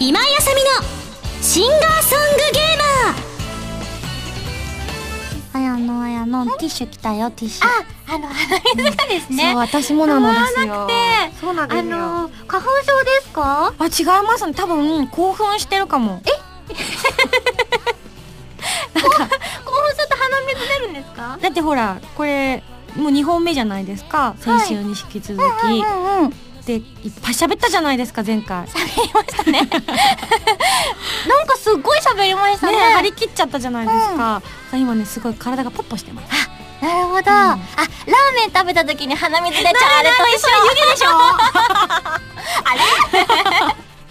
今井あさみのシンガーソングゲあやのあやのティッシュ来たよティッシュあ、あの、鼻水がですそうね。私もなのですよで、そうなんであすよの、花粉症ですかあ違いますね多分興奮してるかも興奮すると鼻水出るんですかだってほらこれもう2本目じゃないですかい先週に引き続うき、んうん。でいっぱい喋ったじゃないですか前回ねなんかすっごい喋りましたね。張り切っちゃったじゃないですか、今ねすごい体がポッポしてますなるほど、あ、ラーメン食べた時に鼻水出ちゃうあれと一緒湯気でしょ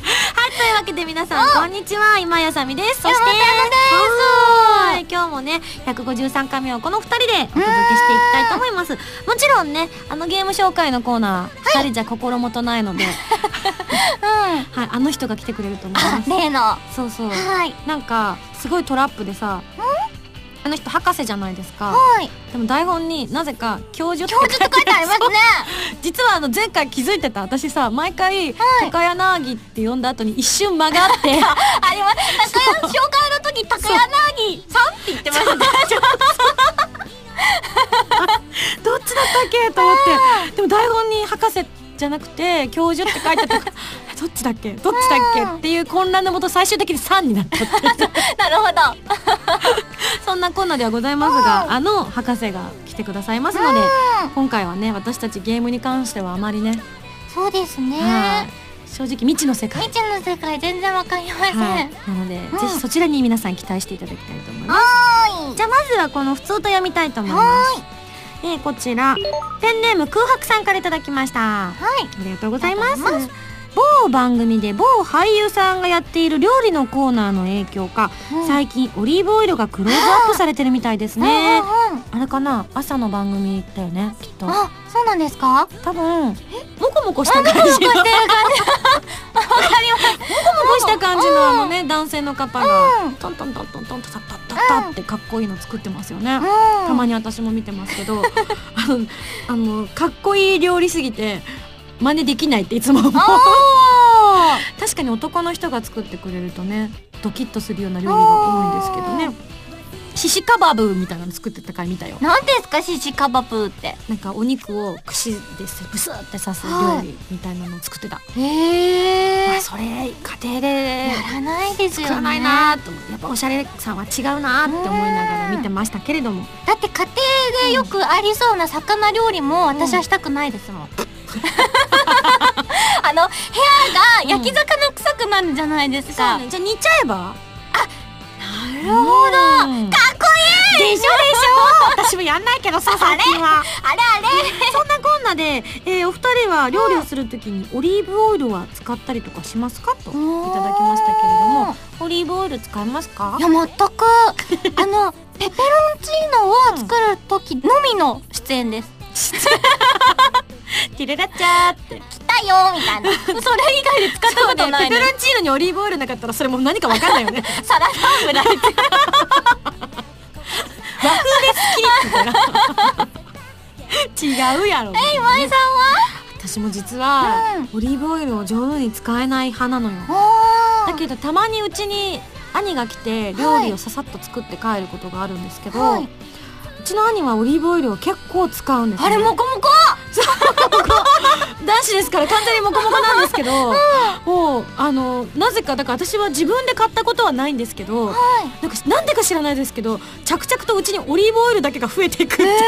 ーというわけで皆さんこんにちは今井あさみですそしてはーい今日もね153回目をこの2人でお届けしていきたいと思いますもちろんねあのゲーム紹介のコーナー2人じゃ心もとないの で、はい、あの人が来てくれると思います例のはそうそういなんかすごいトラップでさあの人博士じゃないですかはいでも台本になぜか教授って教授って書いてありますね 実はあの前回気づいてた私さ毎回「高柳」って呼んだ後に一瞬間があって あります高柳紹介の時高柳さんって言って ましたねどっちだったっけと思 ってでも台本に「博士」じゃなくて「教授」って書いてたからえ どっちだっけどっちだっけっていう混乱のもと最終的に「3」になったってなるほど そんなこんなではございますがあの博士が来てくださいますので今回はね私たちゲームに関してはあまりねそうですはねい正直未知の世界未知の世界全然わかりませんははいい、なので、んぜひそちらに皆さん期待していただきたいと思いますはじゃあまずはこの普通と読みたいと思います。えーこちらペンネーム空白さんからいただきました。あいりがとうございますありがとうござい。某番組で某俳優さんがやっている料理のコーナーの影響か、うん最近オリーブオイルがクローズアップされてるみたいですね。うんうんあれかな朝の番組だよねきっと。あ、そうなんですか多分モコモコした感じのモコモコした感じのあのね男性の方がうんトントントントントンとタッタッタッタッってかっこいいの作ってますよねうんたまに私も見てます けどあのあのかっこいい料理すぎて真似できないっていつも思うあ確かに男の人が作ってくれるとねドキッとするような料理が多いんですけどねシシカバブみたいなの作ってた回見たよーなんですかシシカバプーってなんかお肉を串ですブスって刺す料理みたいなのを作ってた、へあそれ家庭でやらないですよね作らないなと思ってやっぱおしゃれさんは違うなって思いながら見てましたけれどもだって家庭でよくありそうな魚料理も私はしたくないですもん、 あの部屋が焼き魚臭くなるじゃないですか、じゃあ煮ちゃえばあなるほど、かっこいいでしょでし私もやんないけどさ最近はょあれあれそんなこんなで、えーお二人は料理をするときにオリーブオイルは使ったりとかしますかといただきましたけれどもオリーブオイル使いますかいや全 くあのペペロンチーノを作る時のみの出演ですティレラッチャーって来たよみたいな それ以外で使ったことないペのペロンチーノにオリーブオイルなかったらそれもう何かわかんないよ ねサラダ油 で違うやろえ今井さ私も実は、オリーブオイルを上手に使えない派なのよんはだけどたまにうちに兄が来て料理をささっと作って帰ることがあるんですけど、はいうちの兄はオリーブオイルを結構使うんです、ね、あれモコモコ男子ですから完全にモコモコなんですけ ど、もうあのなぜかだから私は自分で買ったことはないんですけど、なんかなんでか知らないですけど着々とうちにオリーブオイルだけが増えていくっていう、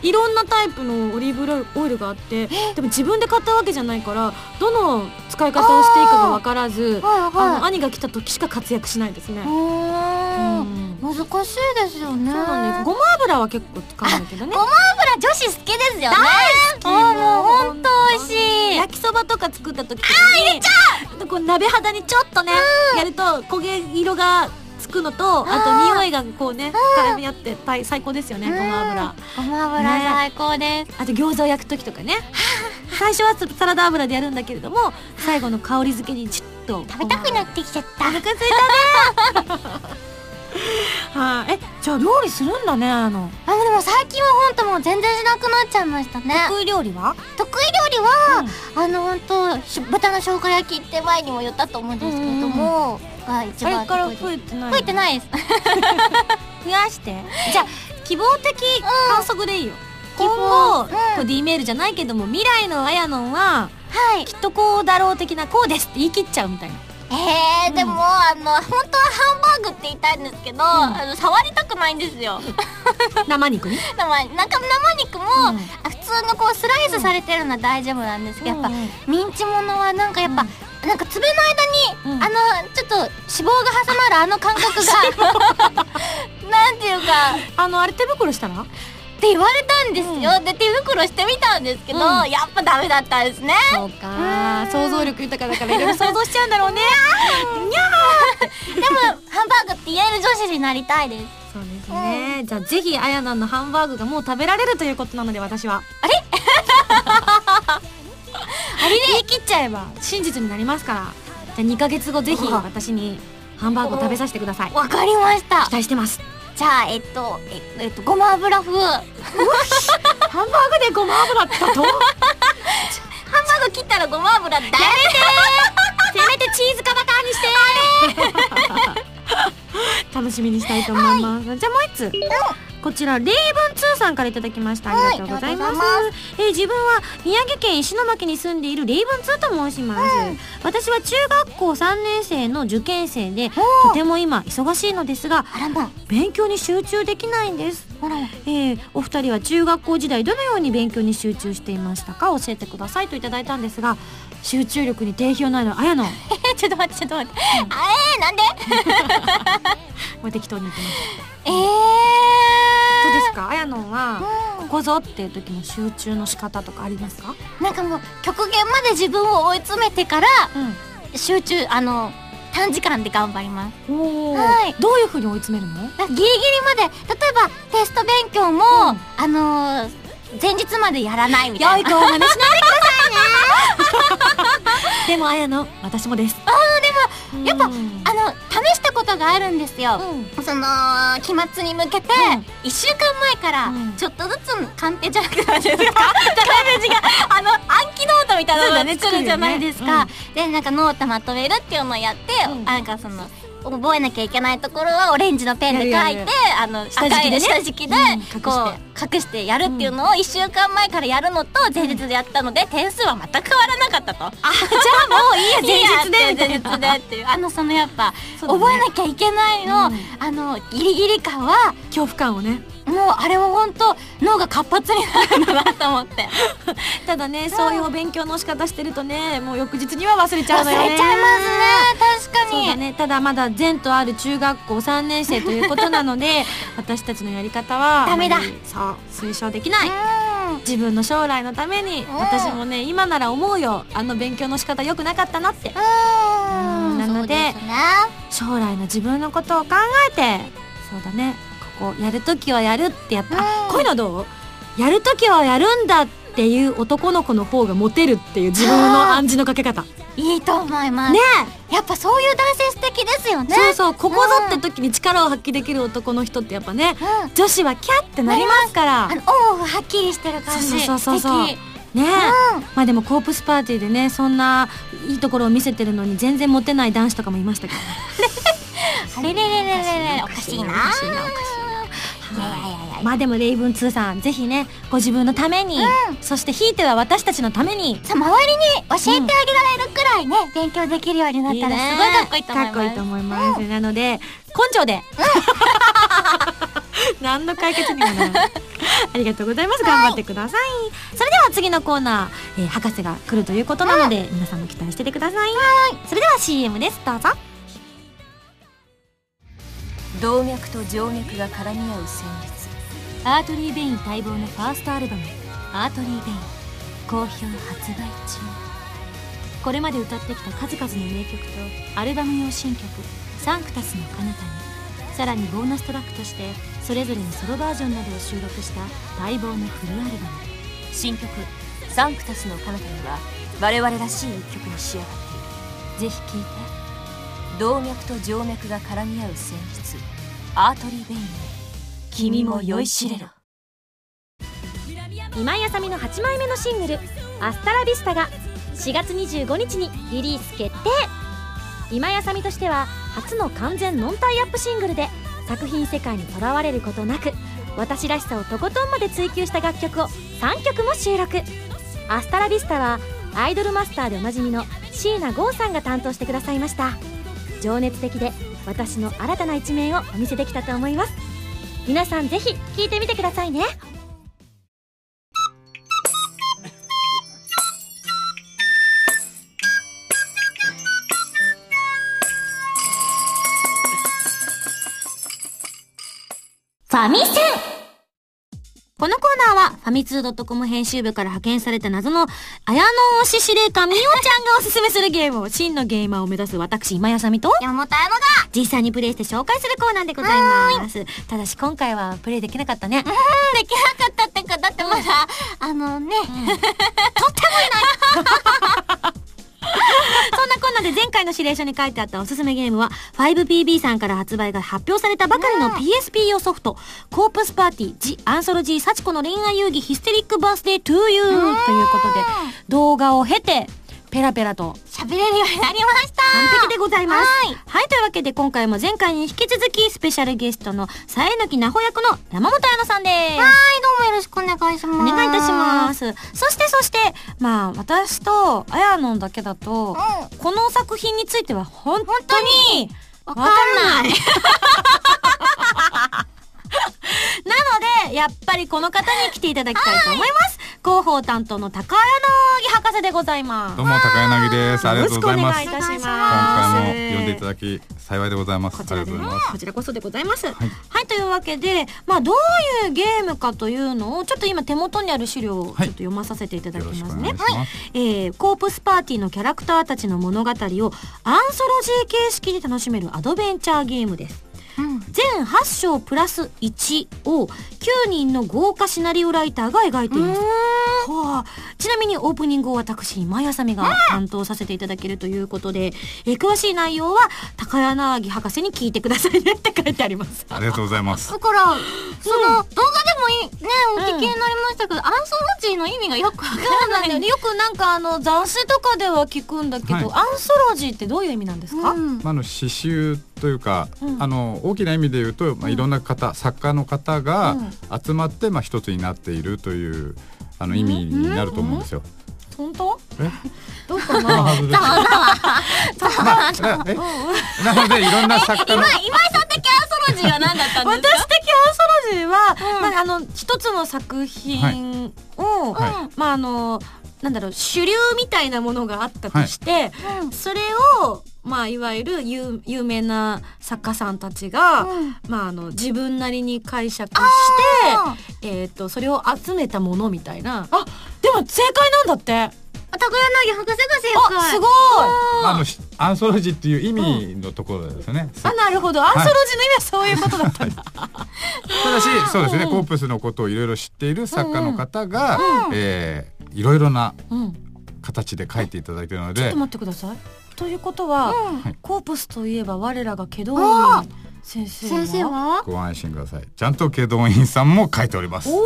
いろんなタイプのオリーブオイルがあってでも自分で買ったわけじゃないからどの使い方をしていいかが分からずはあいの兄が来た時しか活躍しないですね。はういん難しいですよねそうなんですごま油は結構使うんだけどねごま油女子好きですよねきあもうほんと美味しい焼きそばとか作った時とかに入れちゃうこう鍋肌にちょっとね、やると焦げ色がつくのとあと匂いがこうね絡み合って最最高ですよねごま油ごま油ね最高です、あと餃子を焼く時とかね最初はサラダ油でやるんだけれども最後の香り付けにちょっと食べたくなってきちゃったお腹すいはい、えじゃあ料理するんだねあのあでも最近はほんともう全然しなくなっちゃいましたね得意料理は得意料理は、あのほんとし豚の生姜焼きって前にも言ったと思うんですけれども、が一あれ番から得意増えてない増えてないです増やしてじゃあ希望的観測でいいよ、希今望後、うんこう D メールじゃないけども未来のあやのんははいきっとこうだろう的なこうですって言い切っちゃうみたいなえー、でも、うあの本当はハンバーグって言いたいんですけど、あの触りたくないんです よ生肉ねでもなんか生肉も、うんあ普通のこうスライスされてるのは大丈夫なんですけど、やっうんぱミンチものはなんかやっぱ、なんか爪の間に、うんあのちょっと脂肪が挟まるあの感覚が なんていうかあのあれ手袋したらって言われたんですよ、で手袋してみたんですけど、うんやっぱダメだったんですねそうかうん想像力豊かだからいろいろ想像しちゃうんだろうねでもハンバーグって言える女子になりたいですそうですね、じゃあぜひあやなんのハンバーグがもう食べられるということなので私はあれ言い切っちゃえば真実になりますからじゃあ2ヶ月後ぜひ私にハンバーグを食べさせてください期わかりました待してますじゃあえっとええっとごま油風ハンハンバーグでごま油だったとバーグ切ったらごま油だいせめてチーズかバターにして 楽しみにしたいと思います、じゃあもう一つ、こちら、レイブン2さんからいただきました。あはいりがとうございます。あえー自分は宮城県石巻に住んでいるレイブン2と申します。私は中学校3年生の受験生で、とても今忙しいのですが、あらま勉強に集中できないんです。ほらえーお二人は中学校時代どのように勉強に集中していましたか教えてくださいといただいたんですが、集中力に定評のあるあやの、もえちょっと待ってちょっと待って、あえー、なんでう適当に言ってます。えどうーですかあやのは、ここぞっていう時の集中の仕方とかありますかうんなんかもう極限まで自分を追い詰めてからうん。集中あの短時間で頑張りますおお、はいどういうふうに追い詰めるの？ギリギリまで例えばテスト勉強も、うんあのー前日までやらないみたいな子を真似しないでください ね。でもあやの私もです。ああでもやっぱうん、あの試したことがあるんですよ、うんその期末に向けてうん1週間前からうんちょっとずつカンペじゃなく てなんていうんですかカンペ違うあの暗記ノートみたいなのを作るじゃないですか、でなんかノートまとめるっていうのをやって、うんなんかその覚えなきゃいけないところはオレンジのペンで書いてやるやるあの下敷きで赤いね下敷きでうんこう隠してやるっていうのを1週間前からやるのと前日でやったので点数は全く変わらなかったと。あじゃあもういいや いいや前日でみ前たい日な。でっていうあのそのやっぱ、そうだね覚えなきゃいけないの、うんあのギリギリ感は恐怖感をねもうあれは本当脳が活発になるんだなと思 ってただねそういうお勉強の仕方してるとねもう翌日には忘れちゃう忘のれちよゃねいますね確かそうにだね、ただまだ前途ある中学校3年生ということなの で私たちのやり方はダメだあまりそう推奨できないうん自分の将来のためにん私もね今なら思うよあの勉強の仕方良くなかったなってうんなのでそうすね将来の自分のことを考えてそうだねここやるときはやるってやっうたんあこういうのどうやるときはやるんだっていう男の子の方がモテるっていう自分の暗示のかけ方ねいいと思います、やっぱそういう男性素敵ですよねそうそうここぞって時に力を発揮できる男の人ってやっぱねうんあ女子はキャッてなりますからのオンオフはっきりしてる感じそうそうそうそ素う敵ねまあでもコープスパーティーでねそんないいところを見せてるのに全然モテない男子とかもいましたけどねあれれれれれれおかしいなおかしいなおかいやいやいやいやまあでもレイブン2さんぜひねご自分のために、そしてひいては私たちのためにさ周りに教えてあげられるくらいね、勉強できるようになったらすごいかっこいいと思いますかっこいいと思います、なので根性で、 何の解決にもならないありがとうございます頑張ってください、それでは次のコーナー、えー博士が来るということなので、皆さんも期待しててくださいそれでは CM ですどうぞ動脈と静脈が絡み合う旋律アートリー・ベイン待望のファーストアルバム「アートリー・ベイン」好評発売中これまで歌ってきた数々の名曲とアルバム用新曲「サンクタスの彼方に」さらにボーナストラックとしてそれぞれのソロバージョンなどを収録した待望のフルアルバム新曲「サンクタスの彼方には我々らしい一曲に仕上がっているぜひ聴いて動脈と静脈が絡み合う旋律アートリー・ベインの「君も酔いしれろ」今井あさみの8枚目のシングル「アスタラビスタ」が4月25日にリリース決定今井あさみとしては初の完全ノンタイアップシングルで作品世界にとらわれることなく私らしさをとことんまで追求した楽曲を3曲も収録「アスタラビスタ」はアイドルマスターでおなじみの椎名剛さんが担当してくださいました情熱的で私の新たな一面をお見せできたと思います皆さんぜひ聴いてみてくださいねファミセンこのコーナーは、ファミツー .com 編集部から派遣された謎の、綾野推し司令官みおちゃんがおすすめするゲームを、真のゲーマーを目指す私、今やさみと、山本彩乃が実際にプレイして紹介するコーナーでございます。ただし今回はプレイできなかったね。できなかったってかだってまだ、あのね、そんなこんなで前回の指令書に書いてあったおすすめゲームは 5PB さんから発売が発表されたばかりの PSP 用ソフト「コープスパーティー・ジ・アンソロジー・幸子の恋愛遊戯ヒステリック・バースデー・トゥ・ユー」ということで動画を経てペラペラと喋れるようになりました完璧でございます。ははいい。というわけで今回も前回に引き続きスペシャルゲストのさえぬきなほ役の山本彩乃さんです。はい、どうもよろしくお願いします。お願いいたします。そしてそして、まあ私とあやのんだけだと、うこの作品については本当にわわかかんんない。ない。なので、やっぱりこの方に来ていただきたいと思います。広報担当の高柳博士でございます。どうも高柳です。ありよろがとしうくごおざ願いまいい。すたします。今回も呼んでいただき幸いでございます。あこりちがらとでうごもざいます。こちらこそでございます。は、はいいというわけで、まあどういうゲームかというのをちょっと今手元にある資料をちょっと読まさせていただきよろしくますお願いねし。ます。えーコープスパーティーのキャラクターたちの物語をアンソロジー形式で楽しめるアドベンチャーゲームです。うん全8章プラス1を9人の豪華シナリオライターが描いています。はあ、ちなみにオープニングを私今やさみが担当させていただけるということで、えー詳しい内容は高柳博士に聞いてくださいねって書いてあります。ありがとうございます。だから、その、動画でもいい、ね、お聞きになりましたけど、アンソロジーの意味がよくわからないのに。よくなんかあの雑誌とかでは聞くんだけどはいアンソロジーってどういう意味なんですうんまああの刺繍というか、うんあの大きな意味で言うと、まあいろんな方、作家の方が集まってまあ一つになっているというあの意味になると思うんですよ。本当え、どうかその なはずです。 まあなえなのでいろんな作家の今井さん的アンソロジーは何だったんですか私的アンソロジーは、まあ、あの一つの作品を、はいうんまああのなんだろう主流みたいなものがあったとして、うんそれをまあいわゆる有有名な作家さんたちが、うんまああの自分なりに解釈してあえっ、とそれを集めたものみたいなあでも正解なんだって高柳博士が正解。あすごいあのしアンソロジーっていう意味のところですよね。あなるほどアンソロジーの意味はそういうことだったんだ、ただし、そうですね、コープスのことをいろいろ知っている作家の方が、えーいろいろな うん形で書いていただいているのちょっでと、待ってください。ということは、はいコープスといえば我らがケドあー先生は先生はご安心ください。ちゃんとケドンインさんも書いております。そこ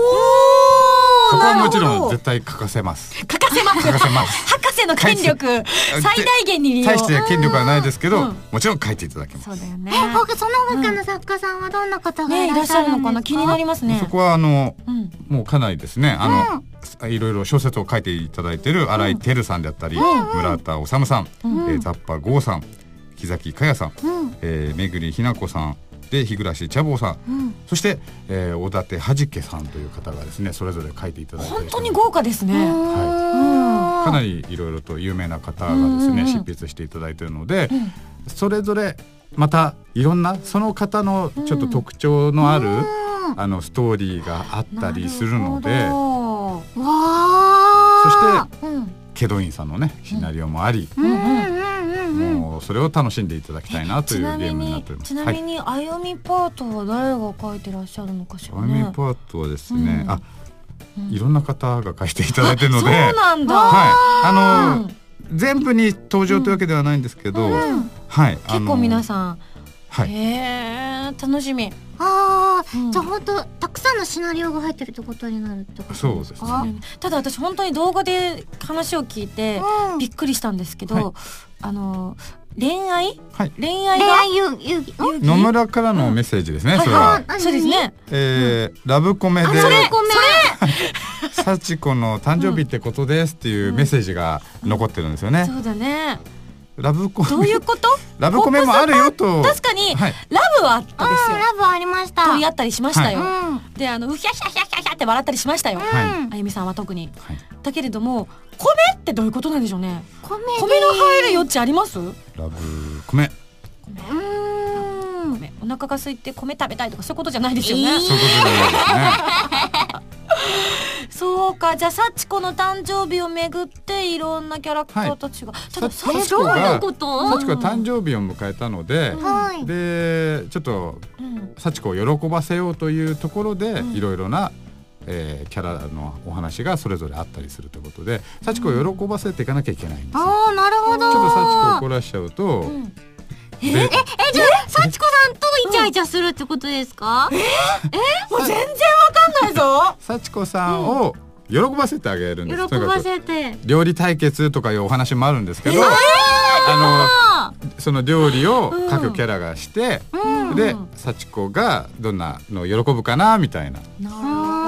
おーはもちなるろほんど絶対欠か せます。欠かせます欠かせます。博士の権力せ最大限に利用 大して権力はないですけうど、んもちろん書いていただけます。そうだよねえ、僕、その他の作家さんはどんな方がねいいららっっししゃゃるるんでのすかかな気になりますねそこはあの、うんもうかなりですね。あの、いろいろ小説を書いていただいている新井てるさんであったり、村田治さん、えーザッパ剛さん、木崎かやさん、うん。えー、めぐりひなこさんで日暮茶坊さん、うんそして、えー、小立はじけさんという方がですねそれぞれ書いていただいて本当に豪華ですねはかなりいろいろと有名な方がですね、執筆していただいているので、それぞれまたいろんなその方のちょっと特徴のある、あのストーリーがあったりするのでなるほい。わー。そしてどうんケドインさんのねシナリオもあり、うんうんうんうんうん。もうそれを楽しんでいただきたいなといちなうゲみームになっにております。ちなみに、あゆみパートは誰が書いてらっしゃるのかしらアイミねーパートはですね、うんあ、いろんな方が書いていただいてるので、 そうなんだ、はい、あのうん全部に登場というわけではないんですけど、はい、結構皆ん、さんはいへえ楽しみああ、うんじゃあ本当たくさんのシナリオが入ってるってことになるってことですかそうですねうただ私本当に動画で話を聞いてんびっくりしたんですけど、はいあの恋愛、はい恋愛恋が愛遊遊戯ん野村からのメッセージですね、それは、あ何そうですねえーラブコメでごめん幸子の誕生日ってことですっていうメッセージが残ってるんですよね、そうだねラブコメどういうこと ラブコメもあるよと確かに、はいラブはあったですうよんラブありました取り合ったりしましたよ、うんであのうひゃひゃひゃひゃひゃって笑ったりしましたよ、はいうんあゆみさんは特にはいだけれども米ってどういうことなんでしょうね米米の入る余地ありますラブコメうーん米お腹が空いて米食べたいとかそういうことじゃないですよね、そういうことじゃないですねそうかじゃあ幸子の誕生日をめぐっていろんなキャラクターたちが、ただ幸幸子子がどういうこと幸子は誕生日を迎えたので、はいでちょっとうん幸子を喜ばせようというところで、いろいろな、えーキャラのお話がそれぞれあったりするということで幸子を喜ばせていかなきゃいけないんですよ、ちょっああなるほどと幸子を怒らしちゃうと、んでえじゃあ幸子さんとイチャイチャするってことですか、もう全然わかんないぞ幸子さんを喜ばせてあげるんです、喜ばとにかせてく料理対決とかいうお話もあるんですけど、あのその料理を各キャラがして、で幸子がどんなのを喜ぶかなみたいな。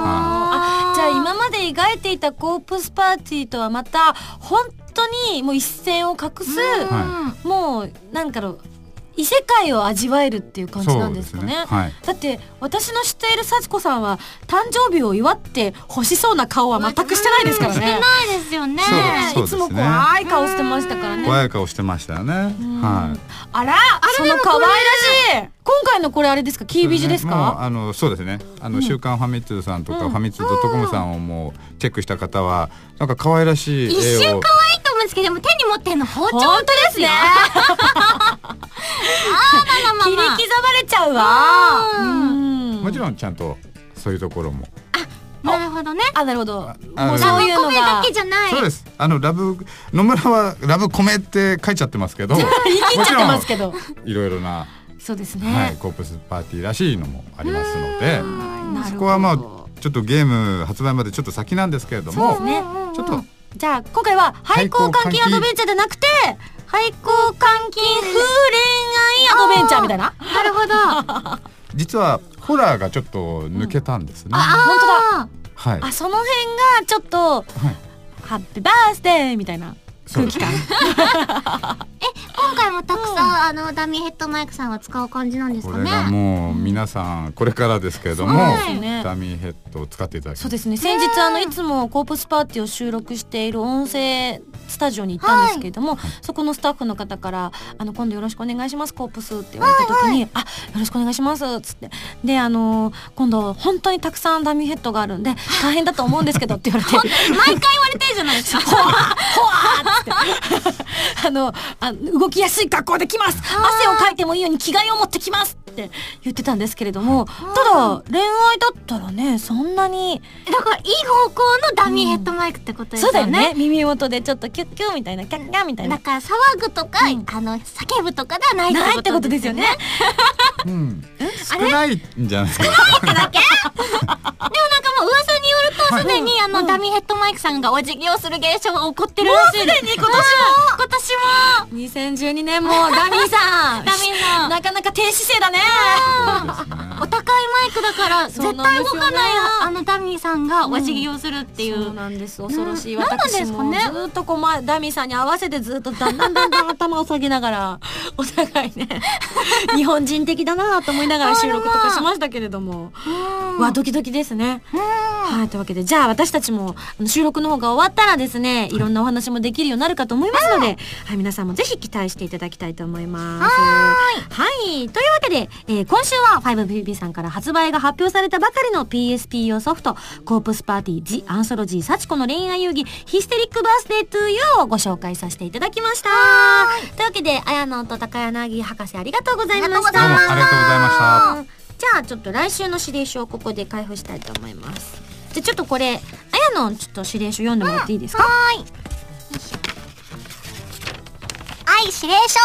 あじゃあ今まで描いていたコープスパーティーとはまた本当にもう一線を画す、はもうなんかの異世界を味わえるっていう感じなんですかね。そうですねはいだって私の知っている幸子さんは誕生日を祝って欲しそうな顔は全くしてないですからしてなね。いですよねそういつそうもですね。怖い顔してましたからね。怖い顔してましたよね。はい。あら、その可愛らしい。今回のこれあれですか、キービジですもうか。あのそうですね。あの、週刊ファミ通さんとか、ファミ通ドットコムさんをもうチェックした方はなんか可愛らしい一瞬絵可を愛いと思うんですけどでも手に持ってんの包丁まあ本当です ね。まあまあ切り刻まれちゃうわ。うんもちろんちゃんとそういうところも。なるほどねあ、なるほど。あもうあそういうおの米だがけ。じゃないそうです。あのラブ野村はラブコメって書いちゃってますけど、も言い切っちちゃってろんますけど。 いろいろな、そうですはい、ね。コープスパーティーらしいのもありますので、なるほどそこはまあちょっとゲーム発売までちょっと先なんですけれども、ね。ちょっとじゃあ今回は廃校監禁アドベンチャーじゃなくて廃校監禁風恋愛アドベンチャーみたいななるほど実はホラーがちょっと抜けたんですね。本当だあはい。あその辺がちょっとはいハッピーバースデーみたいなそう空です気感今回もたくさん、あのダミーヘッドマイクさんは使う感じなんですこかれがねもう皆さんこれからですけれども、はいねダミーヘッドを使っていただきそまうすですね先日あのいつもコープスパーティーを収録している音声スタジオに行ったんですけれども、そこのスタッフの方から「あの今度よろしくお願いしますコープス」って言われた時に「あよろしくお願いします」っつってであのー今度本当にたくさんダミーヘッドがあるんで大変だと思うんですけどって言われて毎回言われてるじゃないですかほわあのあ動きやすい格好で来ます汗をかいてもいいように着替えを持ってきますって言ってたんですけれどもただ恋愛だったらねそんなに だからいい方向のダミーヘッドマイクってことですそうよだよね,、ね耳元でちょっとキュッキュみたいなキャッキャみたいなだから騒ぐとか、あの叫ぶとかではないないっっててここととでですすよよねね。うん、少ないんじゃないですか。なんかもう噂によるとすでにあの、ダミーヘッドマイクさんがお辞儀をする現象が起こってるらしいもうすでに今年も今年も2012年もダミーさんダミーさんなかなか低姿勢だねお高いマイクだから絶そ対う動なんですよねかないあのダミーさんがお辞儀をするっていう、そうなんです恐ろしいうんなんなん私ですかもねずっとこうまダミーさんに合わせてずっとだんだんだんだん頭を下げなが らお互いね日本人的だなと思いながら収録とかしましたけれど もわドキドキですねはいというわけでじゃあ私たちもあの収録の方が終わったらですねいろんなお話もできるようになるかと思いますので、はい皆さんもぜひ期待していただきたいと思いますはいというわけで、えー今週は 5BB さんから発売が発表されたばかりの PSP 用ソフト「コープスパーティー・ジ・アンソロジー・幸子の恋愛遊戯ヒステリック・バースデー・トゥ・ユー」をご紹介させていただきましたというわけで綾野と高柳博士ありがとうございましたありがとうござどうもありがとうございました。じゃあちょっと来週の指令書をここで開封したいと思いますじゃあちょっとこれあやのちょっと指令書読んでもらっていいですか、はーい。よいしょはい、指令書。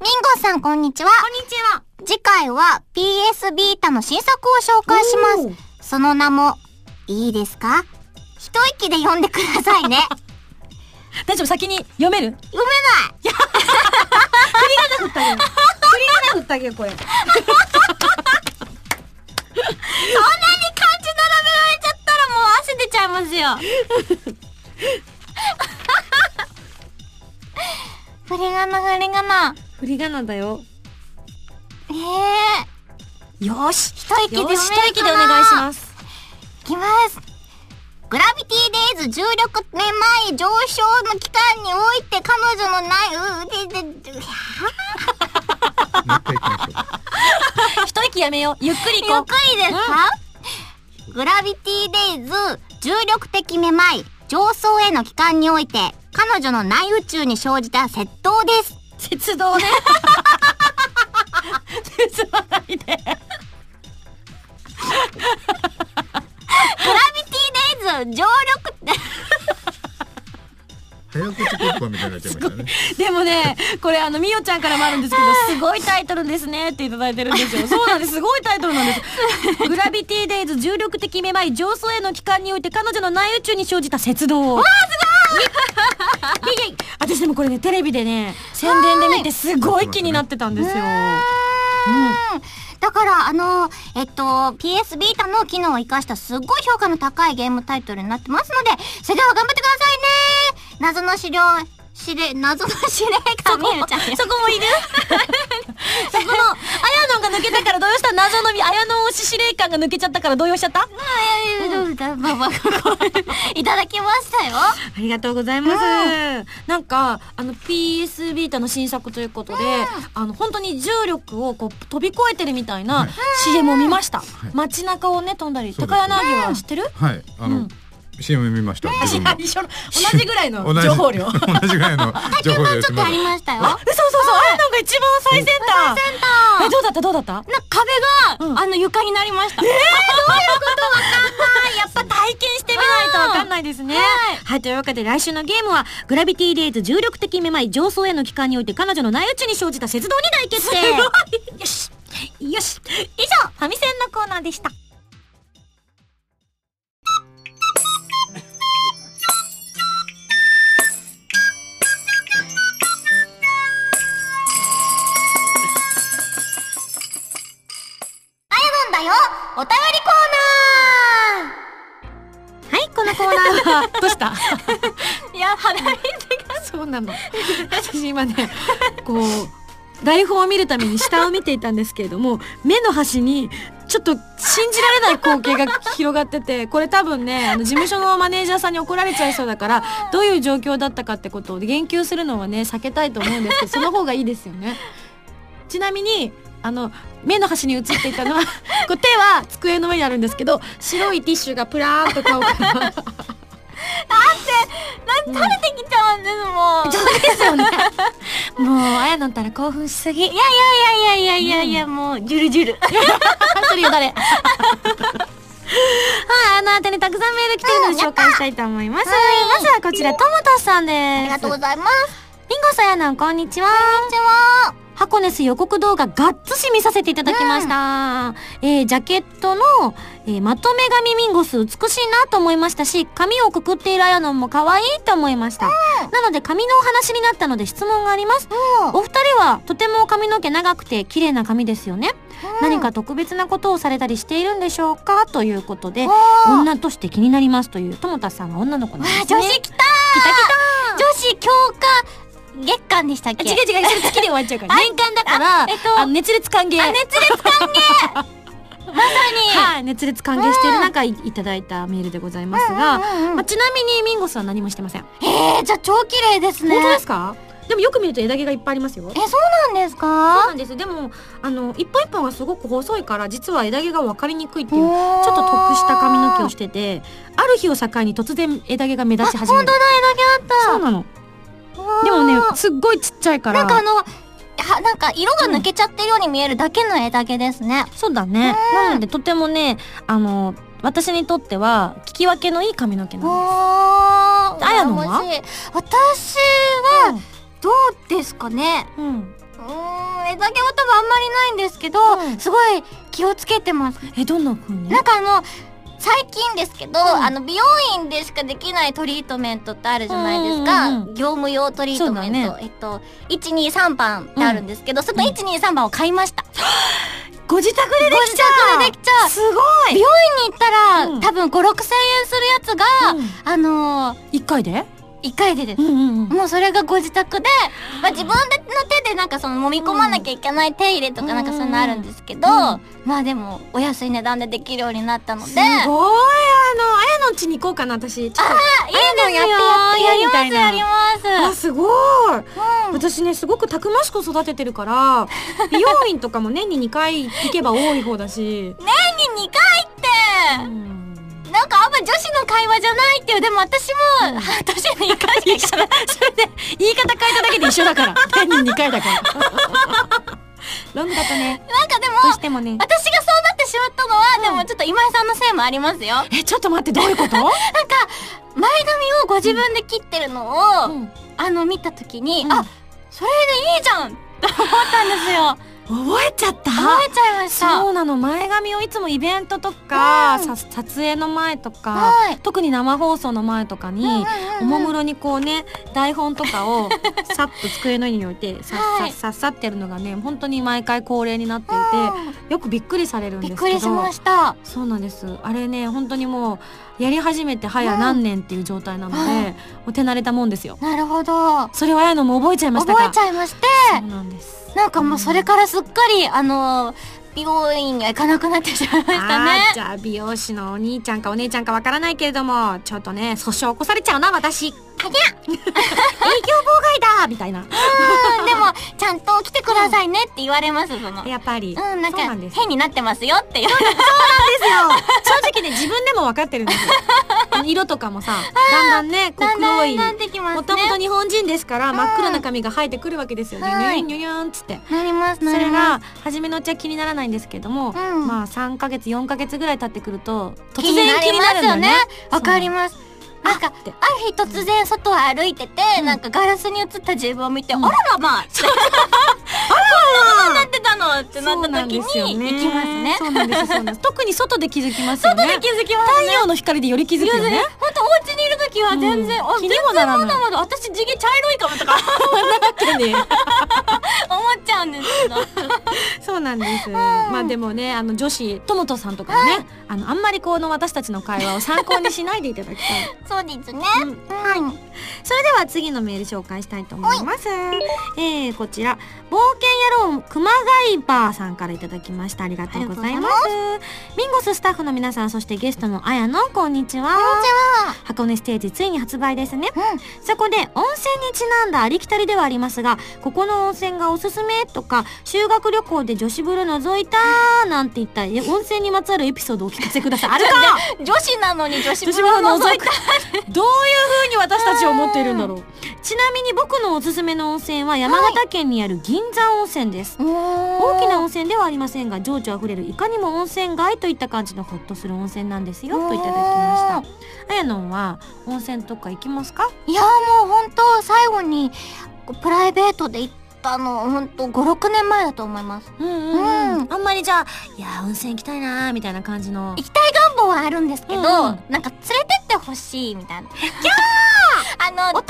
ミンゴさん、こんにちは。こんにちは。次回は PS ビータの新作を紹介します。その名も、いいですか一息で読んでくださいね。大丈夫先に読める読 振ってあげよう振り仮名振ってあげようこれ汗出ちゃいますよ。めない。ふりがなふりがな。振り仮名だよええよし一息で読めるかなよし一息でお願いします いきます。グラビティデイズ16年前上昇の期間において彼女のない、う、う、で、で、で、もう一回行きましょう。一息やめよう。ゆっくりゆ行っこくりですか、グラビティデイズ重力的めまい上層への帰還において彼女の内宇宙に生じた窃盗ですう。鉄道 ね。鉄道ないで。グラビティデイズ上力早口言葉みたいになっちゃいましたね。 でもね、これあのみおちゃんからもあるんですけど、すごいタイトルですねっていただいてるんですよ。そうなんです、すごいタイトルなんです。グラビティデイズ重力的めまい上層への期間において彼女の内宇宙に生じた雪道。わあすごい。いやいや私でもこれねテレビでね宣伝で見てすごい気になってたんですよ。 だからあのえっと PS ビータの機能を生かしたすっごい評価の高いゲームタイトルになってますのでそれでは頑張ってくださいね謎の資料司令 謎の司令官みゆちゃんそこもいるそ この、あやのんが抜けたから動揺した謎のみ、あやのん推し司令官が抜けちゃったから動揺しちゃった いただきましたよありがとうございます。なんか、あの、PS ビータの新作ということで、あの、本当に重力をこう飛び越えてるみたいな CM を見ました。街中をね、飛んだり、そうです高柳は知ってるはい、あの、CM 見ました。自分も一緒の同じぐらいの同じ情報 量。あ、嘘嘘嘘、同じぐらいの情報量です。ちょっとありましたよあれなんか一番最先端。え、どうだったどうだったな壁が、あの床になりました。えー、どういう ことわかんない。やっぱ体験してみないとわわかかんんない。ないですね。はい、というわけで来週のゲームは、グラビティデイズ重力的めまい上層への期間において彼女の内宇宙に生じた雪道に大決定。 よし。よし。以上、ファミセンのコーナーでした。なんだよお便りコーナーはい、このコーナーは、 どうしたいや、鼻水そうなの。私今ね、こう、台本を見るために下を見ていたんですけれども、目の端に、ちょっと信じられない光景が広がってて、これ多分ね、あの事務所のマネージャーさんに怒られちゃいそうだから、どういう状況だったかってことを言及するのはね、避けたいと思うんですけど、その方がいいですよね。ちなみに、あの、目の端に映っていたのは、 こう手は机の上にあるんですけど、白いティッシュがプラーンと顔から。垂れてきちゃうんですもん。ですよね。もう、あやのんたら興奮しすぎ。いやいやいやいやいやいや、もう、ジュルジュル。それよ だれ。はい、あの宛にたくさんメール来てるので紹介したいと思います。まずはこちら、ともとさんです。ありがとうごう。ざいますリンゴさんやなん、こんにちは。こんにちは。ハコネス予告動画がっつし見させていただきました。えージャケットの、えーまとめ髪ミンゴス美しいなと思いましたし、髪をくくっているあやのんも可愛いと思いました。なので髪のお話になったので質問があります。お二人はとても髪の毛長くて綺麗な髪ですよね。何か特別なことをされたりしているんでしょうかということで、女として気になりますという、ともたさんが女の子なんですね。女子来た女子強化月間でしたっけ違う違う、それ月で終わっちゃうから。年間だから、えっとあの熱烈歓迎。熱烈歓迎まさにはい、熱烈歓迎している中、いいただいたメールでございますが、うんうんまあ、ちなみにミンゴスは何もしてません。えー、じゃあ超綺麗ですね本当ですかでもよく見ると枝毛がいっぱいありますよ。えそうなんですそうかなんですでもあの一本一本がすごく細いから実は枝毛が分かりにくいっていうちょょっと得した髪の毛をしててある日を境に突然枝毛が目立ち始めるあ本そ当だうな枝毛あのったでもうわねすっごいちっちゃいかーならんかあのはなんか色が抜けちゃってるように見えるだけの枝毛ですね、そうだねなのでとてもねあの私にとっては聞き分けのいい髪の毛なおのーあやのは羨ましい私はどうですかねうんうーんれだけは多分あんまりないんですけど、すごい気をつけてます。えどんな風になんかあの、最近ですけど、あの、美容院でしかできないトリートメントってあるじゃないですか。うんうん業う務用トリートメンそト。うえっと、123番ってあるんですけど、その123番を買いました。ご自宅ででごき自ちゃう宅でできちゃう。すごい美容院に行ったら、うん多分5、6千円するやつが、うんあの一回でー、1回でです。んうんもうそれがご自宅で、まあ、自分の手でなんかその揉み込まなきゃいけない手入れとかなんかそういうのあるんですけど、まあでもお安い値段でできるようになったのですごいあのあやのんちに行こうかな私ちょっといいのやってやってやりますいいですよやりますあすごい、私ねすごくたくましく育ててるから美容院とかも年に2回行けば多い方だし、年に2回ってうんなんかあんま女子の会話じゃないっていうでも私 も半年に1回しか行かない言い方変えただけで一緒だから年に2回だから ロングだとねなんかでもどうしてもね私がそうなってしまったのは、でもちょっと今井さんのせいもありますよえちょっと待ってどういうことなんか前髪をご自分で切ってるのを、んあの見た時に、んあそれでいいじゃんって思ったんですよ覚えちゃった覚えちゃいましたそうなの前髪をいつもイベントとか、さ撮影の前とか、はい特に生放送の前とかに、おもむろにこうね台本とかを さっと机の上に置いてさっさはっいさっさってやるのがね本当に毎回恒例になっていて、よくびっくりされるんですびけっくりどしましたそうなんですあれね本当にもうやり始めて早何年っていう状態なので、うんもう手慣れたもんですよなるほどそれはあやのも覚えちゃいましたか覚えちゃいましてそうなんですなんかもうそれからすっかりあの美容院には行かなくなってしまいましたねあーじゃあ美容師のお兄ちゃんかお姉ちゃんかわからないけれどもちょっとね訴訟起こされちゃうな私ありゃ営業妨害だみたいなうんでもちゃんと来てくださいねって言われますそのやっぱり、うんなんそうかなんです変になってますよって言われですよ正直ね自分でも分かってるんですよ色とかもさだんだんねこうだん黒だんいなってきますねもともと日本人ですから真っ黒な髪が生えてくるわけですよねニュはいニュニュニュンっつってなりますそなりれまが初めのうちは気にならないんですけども、んまあ3ヶ月4ヶ月ぐらい経ってくるとす突然気になるんだねわかりますなんかあてる日突然外を歩いてて、なんかガラスに映った自分を見て、あららま あこんなことになってたのってなそうったなん時にで行すよねきますねそうなんですそうなん です特に外で気づきますよね外で気づきます太陽の光でより気づくよねほんとお家にいる時は全然、うんあ気に全もな然らなまいだまだ私地毛茶色いかもとか ね思っちゃうんですけど そうなんです。まあでもね、あの女子ともとさんとかね、あのあんまりこの私たちの会話を参考にしないでいただきたい。そうですね、うんはいそれでは次のメール紹介したいと思います。えー、こちら、冒険野郎熊谷バーさんからいただきました。ありがとうございます。ミンゴススタッフの皆さん、そしてゲストのあやのん、こんにちは。箱根ステージついに発売ですね。そこで温泉にちなんだありきたりではありますが、ここの温泉がおすすめとか、修学旅行で女子風呂覗いたなんて言ったえ温泉にまつわるエピソードをお聞かせください。あるか女子なのに女子女子風風呂呂の覗く。どういう風に私たちを思っているんだろう。ちなみに僕のおすすめの温泉は山形県にある銀山温泉です。大きな温泉ではありませんが情緒あふれるいかにも温泉街といった感じのホッとする温泉なんですよといただきましたあやのんは温泉とか行きますかいやもう本当最後にこうプライベートで行ったの本当56年前だと思いますうんうんうんあんまりじゃあいやー温泉行きたいなーみたいな感じの行きたい願望はあるんですけど、うんうんなんか連れてってほしいみた いなあのお父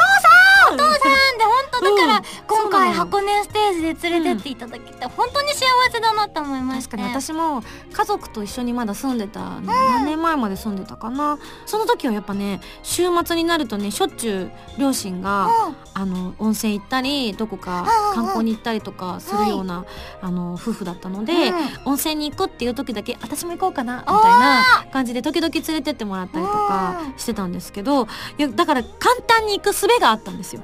さんお父さんで本当だから、うん今回そうなの箱根ステージで連れてっていただけて、本当に幸せだなと思いまし確たかに私も家族と一緒にまだ住んでた、何年前まで住んでたかなその時はやっぱね週末になるとねしょっちゅう両親が、うんあの温泉行ったりどこかうんうん観光に行ったりとかするような、あの夫婦だったので、うん温泉に行くっていう時だけ私も行こうかなみたいな感じで時々連れてってもらったりとかしてたんですけどいやだから簡単に行く術があったんですよ。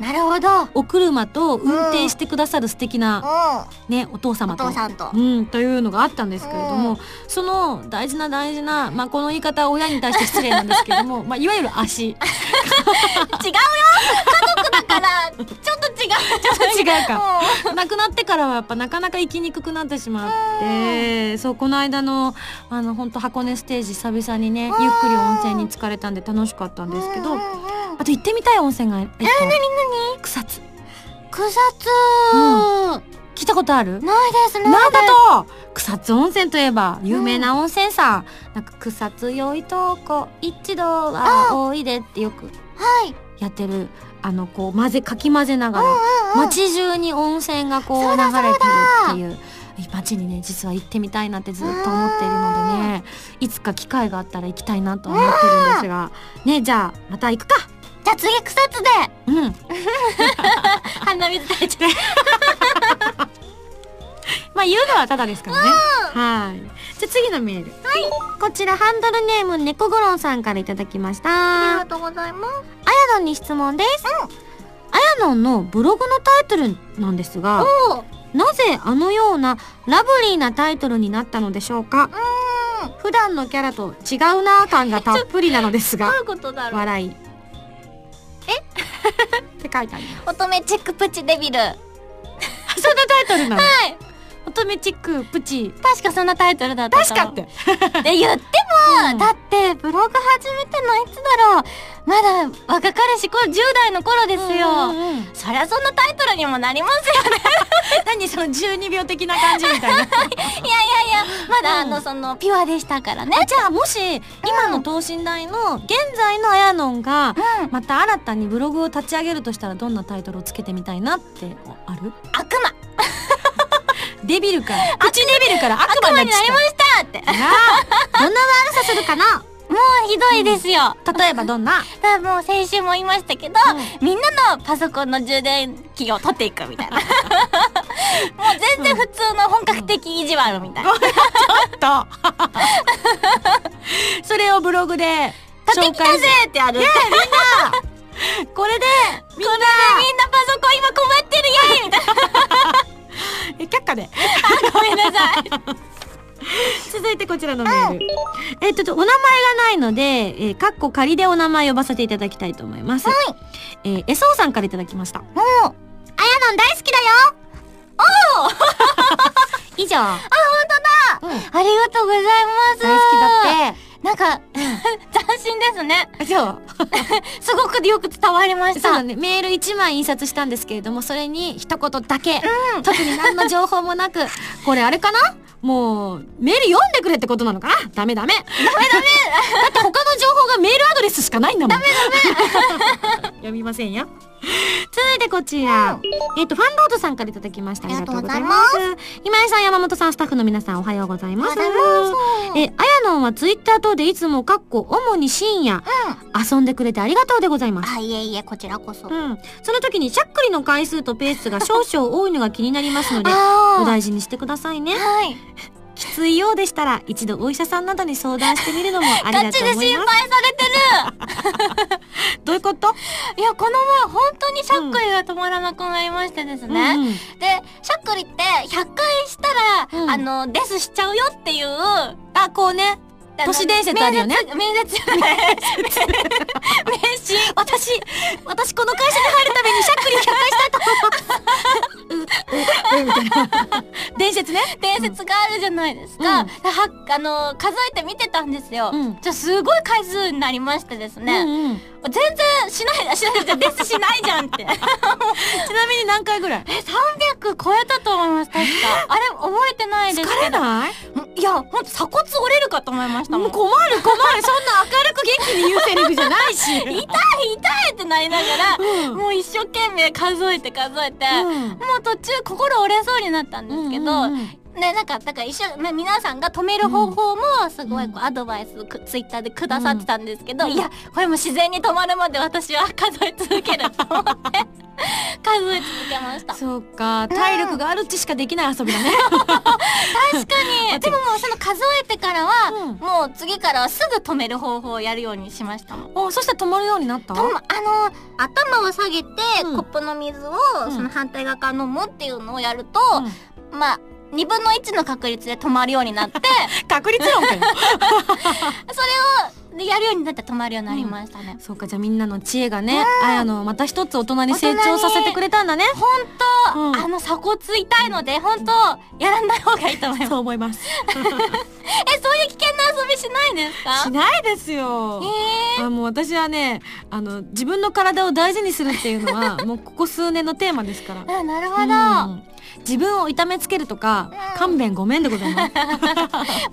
なるほど、うん、お車と運転してくださる素敵な、ねお父お様と父。さんと、うん、というのがあったんですけれども、うんその大事な大事な、まあ、この言い方は親に対して失礼なんですけれど も、まあ、いわゆる足違うよ家族だからちょっと違うちょっ 違うかもう亡くなってからはやっぱなかなか行きにくくなってしまってそうこの間のあの本当箱根ステージ久々にねゆっくり温泉に浸かれたんで楽しかったんですけどうんうんうんあと行ってみたい温泉がえっと、何何草津草津、ううんいたことあるないですねなんだと草津温泉といえば有名な温泉さ、ん、なんか草津よいとこ一度は多いでってよくはいやってるあのこう混ぜかき混ぜながら、街中に温泉がこう流れてるっていう街にね実は行ってみたいなってずっと思っているのでねいつか機会があったら行きたいなとは思ってるんですがねじゃあまた行くかじゃあ次草津でうん鼻水垂れちゃう まあ言うのはただですからね。はい。じゃあ次のメール。はい。こちらハンドルネーム猫ゴロンさんからいただきました。ありがあやとうございますどんに質問です。あやのんのブログのタイトルなんですが、なぜあのようなラブリーなタイトルになったのでしょうか。普段のキャラと違うなぁ感がたっぷりなのですがどうい、うことだろう笑い。え って書いてあります。乙女チックプチデビル そんなタイトルなの。はい。乙女チックプチ。確かそんなタイトルだった確かって。で言っても、だってブログ始めたのいつだろうまだ若彼氏これ10代の頃ですよ、うんうんうんそりゃそんなタイトルにもなりますよ何その12秒的な感じみたいなまだあうんのそのピュアでしたからね じゃあもし今の等身大の現在のあやのんがうんまた新たにブログを立ち上げるとしたらどんなタイトルをつけてみたいなってある悪デビルから口デビルから悪魔になっちゃ魔だってったなあどんな悪さするかなひどいですよ、例えばどんなだからもう先週も言いましたけど、みんなのパソコンの充電器を取っていくみたいな もう全然普通の本格的意地悪みたいな、 とそれをブログで買ってきたぜってある、これでみんみなんなパソコン今困ってるやいみたいえ却下でなごめんなさい 続いてこちらのメール、えっとちょっとお名前がないので、えー、かっこ仮でお名前呼ばせていただきたいと思います、はいえー、えそうさんからいただきましたあやのん大好きだよ 以上あありがとうございます大好きだってなんか 斬新ですねじゃあすごくよく伝わりまそうしただねメール1枚印刷したんですけれどもそれに一言だけ、特に何の情報も なくこれあれかなもうメール読んでくれってことなのかなダメダメダメダメ だって他の情報がメールアドレスしかないんだもんダメダメ 読みませんよ続いてこちら、えっ、とファンロードさんからいただきましたありがとうございます今井さん山本さんスタッフの皆さんおはようございますおはよえあやのんはツイッター等でいつもかっこ主に深夜、遊んでくれてありがとうでございますあいえいえこちらこそ、うん、その時にしゃっくりの回数とペースが少々多いのが気になりますのであおー大事にしてくださいねはいきついようでしたら一度お医者さんなどに相談してみるのもありだと思いまガすチで心配されてどういうこと、るいやこの前本当にしゃっくりが止まらなくなりましてですね、うんうんでしゃっくりって100回したら、うんあのデスしちゃうよっていうああこうねの都市伝説あるよね面接面接じゃない名刺私私この会社に入るためにしゃっくりを100回したいと思いますうううみたいな伝説ね 伝説があるじゃないですか、うんではあの数えて見てたんですよ、うんじゃあすごい回数になりましてですね、うんうん全然しないしないじゃんデスしないじゃんって ちなみに何回ぐらい300超えたと思います確か あれ覚えてないです疲れないいやほんと鎖骨折れるかと思いましたももんう困る困るそんな明るく元気に言うセリフじゃないし痛い痛いってなりながら、うんもう一生懸命数えて数えて、うんもう途中心折れそうになったんですけど、うんうんうんねなんかだから一緒、ね、皆さんが止める方法もすごいこうアドバイスをくツイッターでくださってたんですけど、いやこれも自然に止まるまで私は数え続けると思って 数え続けました。そうか体力があるうちしかできない遊びだね、ねでももうその数えてからは、うんもう次からはすぐ止める方法をやるようにしましたもん。おそしたら止まるようになったともあの頭を下げて、うんコップの水を、んその反対側から飲むっていうのをやると、うんまあ2分の1の確率で止まるように なって確率論かよでやるようになって止まるようになりましたね、そうかじゃあみんなの知恵がね、あやのをまた一つ大人に成長させてくれたんだねあうんあの鎖骨痛いので本当やらない方がいいと思います。そう思います えそういう危険な遊びしないんですか？しないですよ、えーあもうう私はねあの自分の体を大事にするっていうの はもうここ数年のテーマですから。あなるほど、うん自分を痛めつけるとか、うん勘弁ごめんでございます。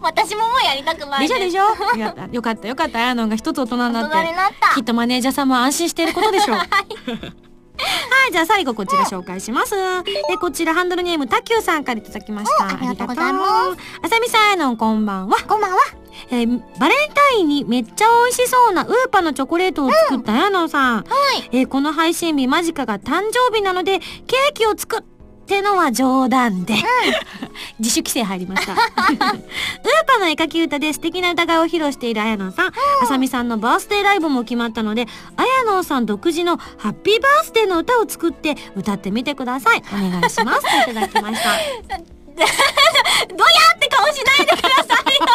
私ももうやりたくないでしょすでしょ。ありがとうよかったよかった。あやのんが一つ大人にな大人っにて。なったきっとマネージャーさんも安心していることで しょう。はい、じゃあ最後こちら紹介します。で、こちらハンドルネームたきゅうさんからいただきました。おありがとうございますありがとう。あさみさんへのこんばんは。こんばんはえーバレンタインにめっちゃ美味しそうなウーパのチョコレートを作ったやのさん、えーこの配信日間近が誕生日なのでケーキを作ってのは冗談で、 自主規制入りました ウーパの絵描き歌で素敵な歌声を披露しているあやのさん、あさみさんのバースデーライブも決まったのであやのさん独自のハッピーバースデーの歌を作って歌ってみてくださいお願いしますといただきましたって顔しないで ほ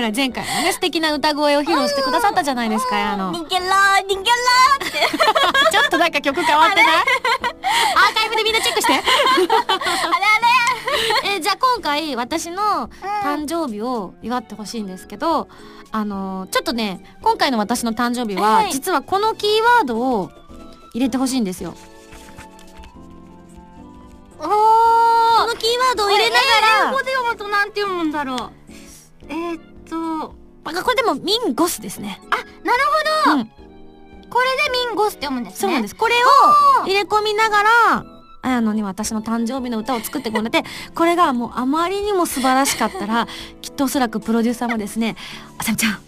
ら前回もね素敵な歌声を披露してくださったじゃないですかあやの逃げろー逃げろーちょっとなんか曲変わってないアーカイブでみんなチェックしてあれあれ えじゃあ今回私の誕生日を祝ってほしいんですけど、あのーちょっとね今回の私の誕生日は、はい実はこのキーワードを入れてほしいんですよおーこのキーワードを入れながここで読むとなんて読むんだろうえー、っとまあこれでもミンゴスですねこれでミンゴスって読むんですねそうなんですすこれを入れ込みながらあやのに私の誕生日の歌を作ってもらってこれがもうあまりにも素晴らしかったら きっとおそらくプロデューサーもですね「あさみちゃんこ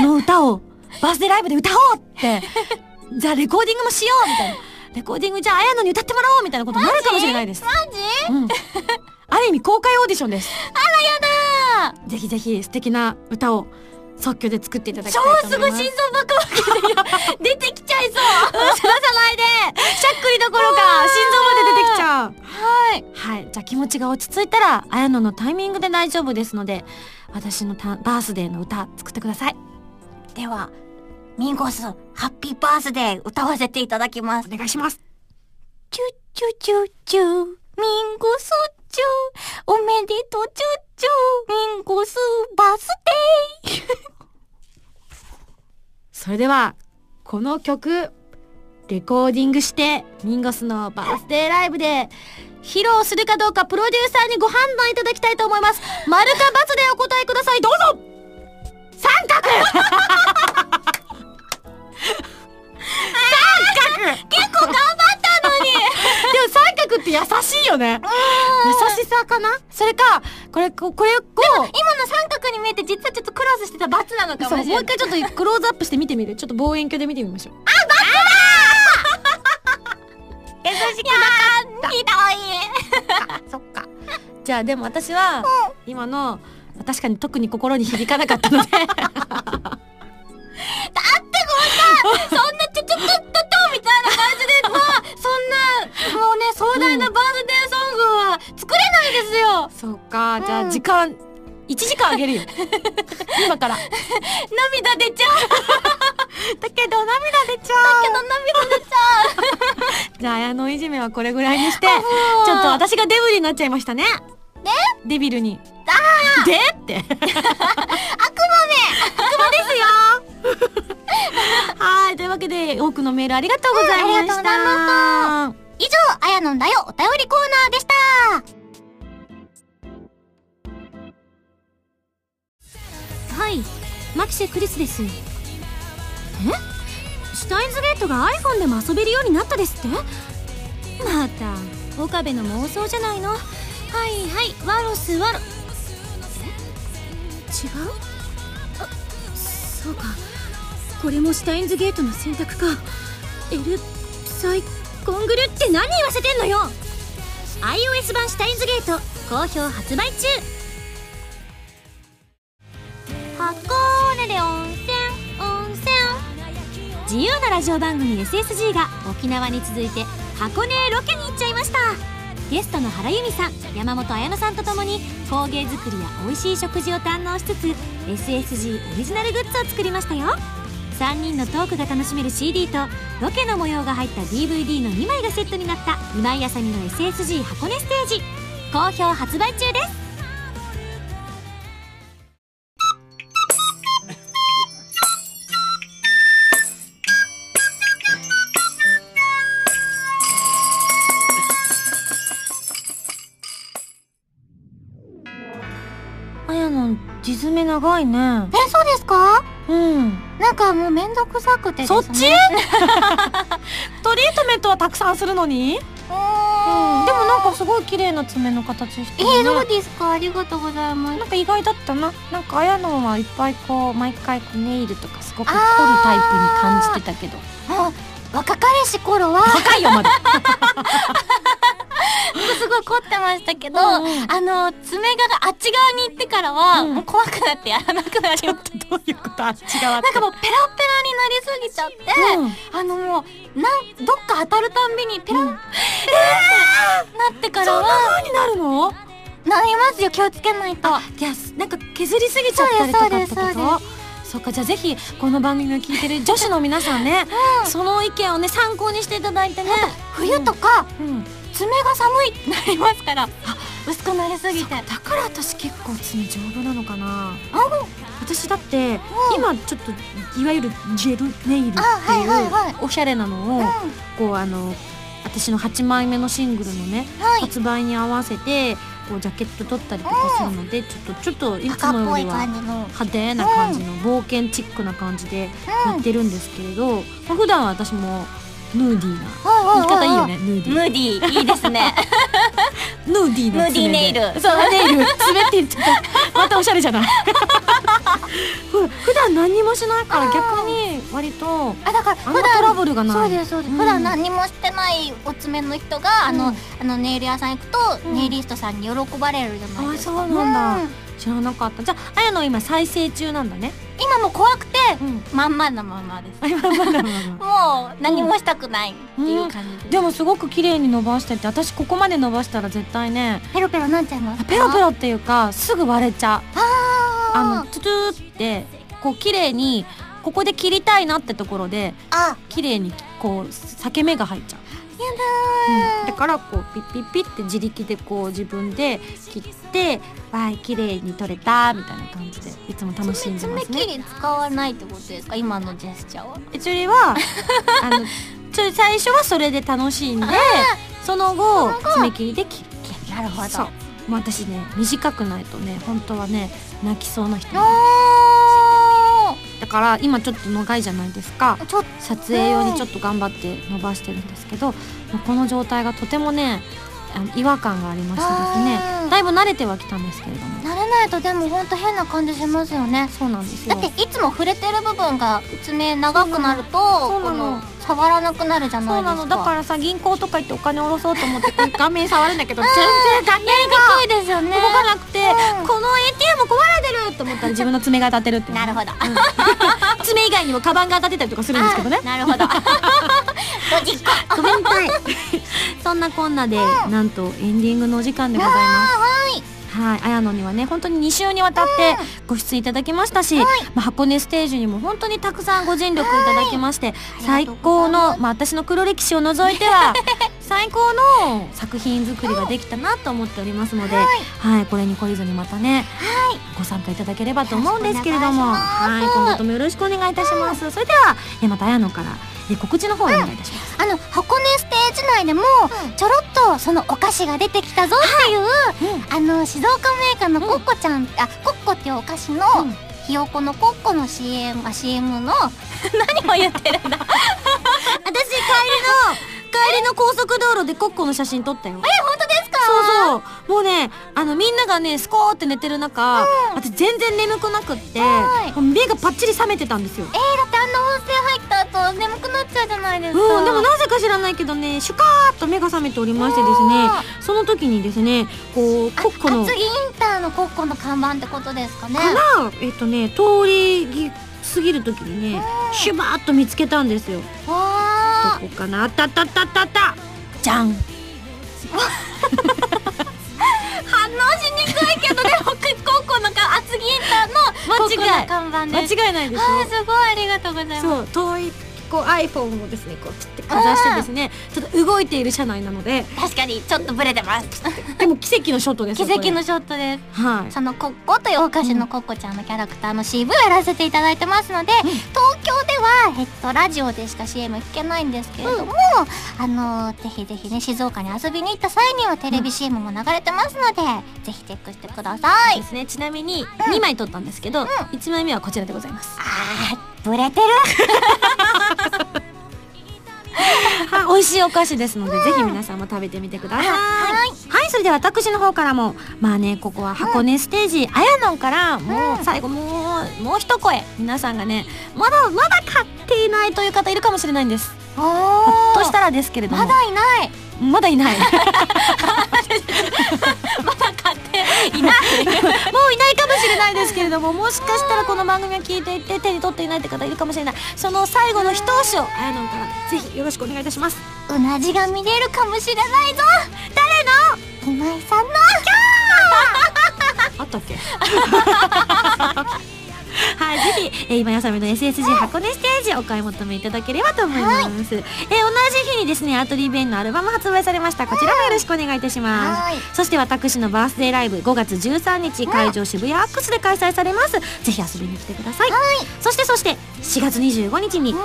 の歌をバースデーライブで歌おう!」って「じゃあレコーディングもしよう!」みたいな「レコーディングじゃああやのに歌ってもらおう!」みたいなことになるかもしれないです。マジ、うん、ある意味公開オーディションです。あらやだぜひぜひ素敵な歌を即興で作っていただきたいと思います。ごい心臓バクバクで出てきちゃいそうしゃっくりどころか心臓まで出てきちゃうはい、はい、じゃあ気持ちが落ち着いたらあやののタイミングで大丈夫ですので私のたバースデーの歌作ってくださいではミンゴスハッピーバースデー歌わせていただきますお願いしますチュチュチュチュ、ミンゴスチュ、おめでとうチュチュ、ミンゴスバースデー。 それではこの曲レコーディングしてミンゴスのバースデーライブで披露するかどうかプロデューサーにご判断いただきたいと思います丸か×でお答えくださいどうぞでも三角って優しいよね。優しさかなそれか、これ、ここれを、今の三角に見えて実はちょっとクロスしてたバツなのかそもうもしれうな一い。回ちょっとクローズアップして見てみる。ちょっと望遠鏡で見てみましょう。優しくなかった。ひどい。そっか。じゃあでも私は、今の、確かに特に心に響かなかった ので、そんなちょちょっとっとっとみたいな感じで、まあ、そんな、もうね、壮大なバースデーソングは作れないですよ。そうか、じゃうあん時間、一時間あ げるよ。今から。涙出ちゃう。 だけど涙出ちゃう。けど涙出ちゃ じゃあ、綾のいじめはこれぐらいにして、ちょっと私がデブリになっちゃいましたね。でデビルに。でって。悪魔め悪魔ですよ はい、というわけで、多くのメールありがとうございました。うんあう。以上、あやのんだよお便りコーナーでした。はいマキシェクリスですえシュタインズゲートが iPhone でも遊べるようになったですってまた岡部の妄想じゃないのはいはいワロスワロえ違うあそうかこれもシュタインズゲートの選択かエルサイコングルって何言わせてんのよ iOS 版シュタインズゲート好評発売中箱根で温泉温泉自由なラジオ番組 SSG が沖縄に続いて箱根へロケに行っちゃいましたゲストの原由美さん山本彩乃さんとともに工芸作りや美味しい食事を堪能しつつ SSG オリジナルグッズを作りましたよ3人のトークが楽しめる CD とロケの模様が入った DVD の2枚がセットになった今井あさみの SSG 箱根ステージ好評発売中です長いねえそうですかうんなんかもうめんどくさくてですそねっちトリートメントはたくさんするのうにーんでもなんかすごい綺麗な爪の形してるねえー、どうですかありがとうございますなんか意外だったななんかあやのんはいっぱいこう毎回こうネイルとかすごく凝るタイプに感じてたけどもう若彼氏頃は若いよまだすごい凝ってましたけど、うんうあの爪があっち側に行ってからは、うんもう怖くなってやらなくなりましたどういうことあっち側っなてんかもうペラペラになりすぎちゃって、うんあのもうなんどっか当たるたんびにペラ、ペラってなってからはになるのなりますよ気をつけないといやなんか削りすぎちゃったりとかってこそうですそうとそうかじゃあぜひこの番組を聞いてる女子の皆さんね、その意見をね参考にしていただいてね、冬とかうん、爪が寒いってなりますからあ薄くなりすぎてだから私結構爪丈夫なのかな私だって今ちょっといわゆるジェルネイルってあはいはいはいいうおしゃれなのをうんこうあの私の8枚目のシングルのねはい発売に合わせてこうジャケット取ったりとかするのでちょっとちょっといつ赤っもぽよいりは感じの派手な感じの冒険チックな感じでやってるんですけれど、まあ、普段は私もヌーディーな言い方いいよねヌーディムーディーいいですねーヌーディーのヌ爪でーディーネイルそうあネイル爪って言っちゃったまたおしゃれじゃない ふ普段何もしないから逆に割と あだからあ普んまトラ段ブルがないそうですそうです、うん普段何もしてないお爪の人が、あのあのネイル屋さん行くと、うんネイリストさんに喜ばれるじゃないあですそかうなんだ、知らなかったじゃああやの今再生中なんだね今もう怖くて うんまんまなままですもう何もしたくないっていう感じで、 でもすごく綺麗に伸ばしてて私ここまで伸ばしたら絶対ねペロペロなっちゃいますかペロペロっていうかすぐ割れちゃうあーあのトゥトゥってこう綺麗にここで切りたいなってところであ綺麗にこう裂け目が入っちゃう、うんだからこうピッピッピッって自力でこう自分で切ってわーい綺麗に取れたみたいな感じでいつも楽しんで爪ます切ねり使わないってことですか今のジェスチャーはえそ れはあのちょ最初はそれで楽しんでその後爪切りで切るなるほどそうもう私ね短くないとね本当はね泣きそうな人あだから今ちょっと長いじゃないですかーちょっと撮影用にちょっと頑張って伸ばしてるんですけど、もうこの状態がとてもねあの違和感がありましてですねあーだいぶ慣れてはきたんですけれども慣れないとでもほんと変な感じしますよねそうなんですだよっていつも触れてる部分が爪長くなるとそうこなのの触らなくなるじゃなそいうですなかのだからさ銀行とか行ってお金下ろそう と思ってこう画面触るんだけど全然画面低いですよね動かなくて、うんこの ATM 壊れてると思ったら自分の爪が当たってるっていうねなるほど爪以外にもカバンが当たってたりとかするんですけどね なるほ どごめんなさい そんなこんなで、なんとエンディングのお時間 でございますはい、綾野にはね本当に2週にわたってご出演いただきましたし、まあ、箱根ステージにも本当にたくさんご尽力いただきまして、最高の、まあ、私の黒歴史を除いて は最高の作品作りができたなと思っておりますので、はいこれに懲りずにまたね、ご参加いただければと思うんですけれどもはい今後ともよろしくお願いいたします。それではえまた綾野からえ告知の方をお願いいたします。あの箱根ステージ内でもちょろっとそのお菓子が出てきたぞっていう、あの静岡メーカーのコッコちゃん、あコッコっていうお菓子の、ひよこのコッコの CM あ CM の私 何を言ってるんだ帰りの帰りの高速道路でコッコの写真撮ったよ。本当ですかそうそうもうねあのみんながねスコーって寝てる中、私全然眠くなくって、はいもう目がパッチリ覚めてたんですよ、えー、だってあんな温泉入った後眠くなっちゃうじゃないですか、うん、でもなぜか知らないけどねシュカーッと目が覚めておりましてですねその時にですねこうコッコの厚木インターのコッコの看板ってことですかねかなえっとね通りぎ過ぎる時にねシュバーッと見つけたんですよわどこかなあったあったあったあったあったじゃん反応しにくいけどでも高校のか厚木インターの間違い高校の看板間です違いないでしょあーすごいありがとうございますそう遠いこう iPhone をですねこうピッてかざしてですねちょっと動いている車内なので 確かにちょっとブレてますでも奇跡のショットですーよ奇跡のこショットですれはいそのコッコというお菓子のコッコちゃんのキャラクターの CV をやらせていただいてますので、東京ではえっと、ラジオでしか CM 聞けないんですけれども、あのぜひぜひね、静岡に遊びに行った際にはテレビ CM も流れてますので、ぜひチェックしてください。ですねちなみに2枚取ったんですけど、1枚目はこちらでございますブレてるはい、美味しいお菓子ですので、ぜひ皆さんも食べてみてください。はい、それでは私の方からも、まあね、ここは箱根ステージ、あやのんから、もう最後、もう、もう一声、皆さんがね、まだ、まだ買っていないという方いるかもしれないんです。おほっーとしたらですけれども、まだいないまだいない。 も買ってういないかもしれないですけれども、もしかしたらこの番組を聞いていて、手に取っていないって方いるかもしれない。その最後の一押しを、あやのんから、ぜひよろしくお願いいたします。うなじが見れるかもしれないぞ誰の今井さんのあったっ けはい、ぜひ、えー今やさみの SSG 箱根ステージお買い求めいただければと思います、えー同じ日にですねアトリーベンのアルバム発売されましたこちらもよろしくお願いいたします、はいそして私のバースデーライブ5月13日会場渋谷アックスで開催されますぜひ遊びに来てください、そしてそして4月25日に、ん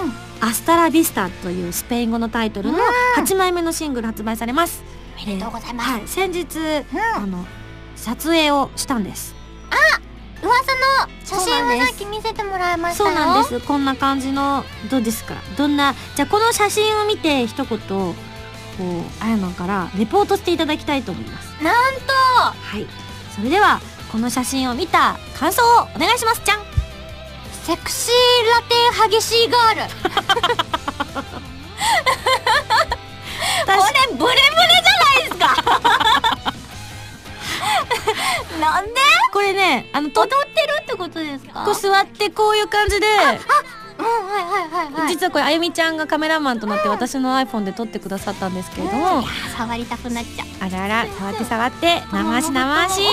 アスタラビスタというスペイン語のタイトルの8枚目のシングル発売されます、おめでとうございます、はい、先日、あの撮影をしたんです噂の写そう真なをんですさっき見せてもらいましたそようなんですこんな感じのどうですかどんなじゃあこの写真を見て一言こうあやのんからレポートしていただきたいと思いますなんとはいそれではこの写真を見た感想をお願いしますじゃんセクシーラテン激しいガール私ブレブレじゃないですかなんでこれねあのと踊ってるってことですかこう座ってこういう感じでうんはいはいはいはい実はこれあゆみちゃんがカメラマンとなって私の iPhone で撮ってくださったんですけれども、あ触りたくなっちゃうあらあら触って触って生足生足うわ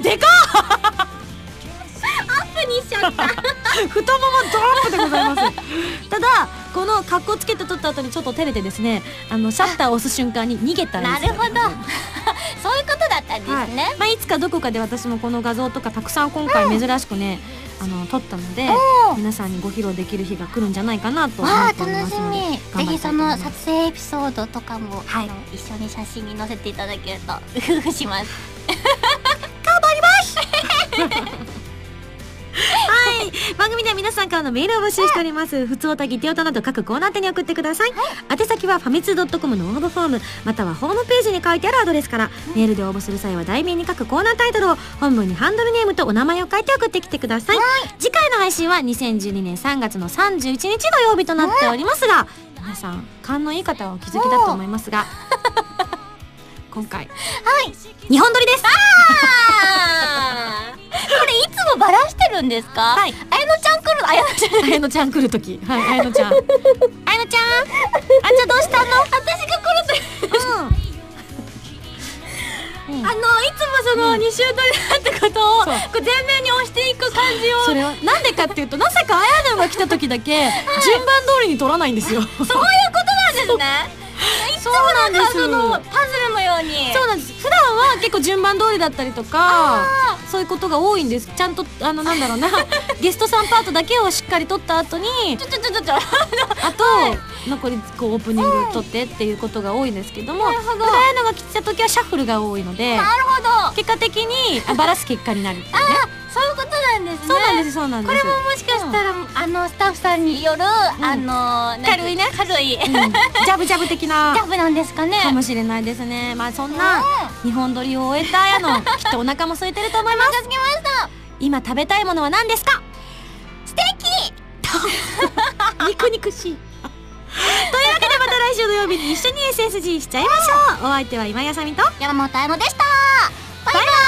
ーでかっアップにしちゃった太ももドアップでございますただこの格好つけて撮った後にちょっと照れてですねあのシャッターを押す瞬間に逃げたんなでするよほど そういうことだったんですはいね、まあ、いつかどこかで私もこの画像とかたくさん今回珍しくね、あの撮ったので皆さんにご披露できる日が来るんじゃないかなと思わあってお楽りますしのでみぜ頑張ひりたそいと思いのます撮影エピソードとかも、はいあの一緒に写真に載せていただける とうふふします番組では皆さんからのメールを募集しております。ふつおたぎておたなど各コーナー宛てに送ってください。宛先はファミツー .com の応募フォーム、またはホームページに書いてあるアドレスから、メールで応募する際は題名に書くコーナータイトルを、本文にハンドルネームとお名前を書いて送ってきてください。次回の配信は2012年3月の31日土曜日となっておりますが、皆さん、勘のいい方はお気づきだと思いますが、今回、日本撮りで すあーこれいつもバラしてるんですか、はいあやのちゃん来るあやのちゃんあやのちゃん来るとき。はい、あやのちゃあん。やのちゃんあやのちゃんどうしたの私が来るとうんあのいつもその二週取りだってこと をこそうう前面に押していく感じをそれはなんでかっていうとなぜかあやのんが来た時だけ順番通りに取らないんですよそうなんですねいつもなんかそのパズルのようにそうなんです普段は結構順番通りだったりとかそういうことが多いんですちゃんとあのなんだろう なゲストさんパートだけをしっかり取った後にちょちょちょちょちょあと、残りこうオープニング取ってっていうことが多いんですけどもあやほどのが来た時はシャッフルが多いのでなるほど結果的にあばらす結果になるっていうねそういうことなんですねそうなんですそうなんですもしかしたら、あのスタッフさんにによる、あの軽いね軽い、ジジャブジャブ的なジャブなんですかねかもしれないですねまあそんな日本撮りを終えたあやのきっとお腹も空いてると思います今食べたいものは何ですかステーキ肉肉しいまた来週土曜日に一緒に SSG しちゃいましょうお相手は今やさみと山本彩乃でしたバイバイ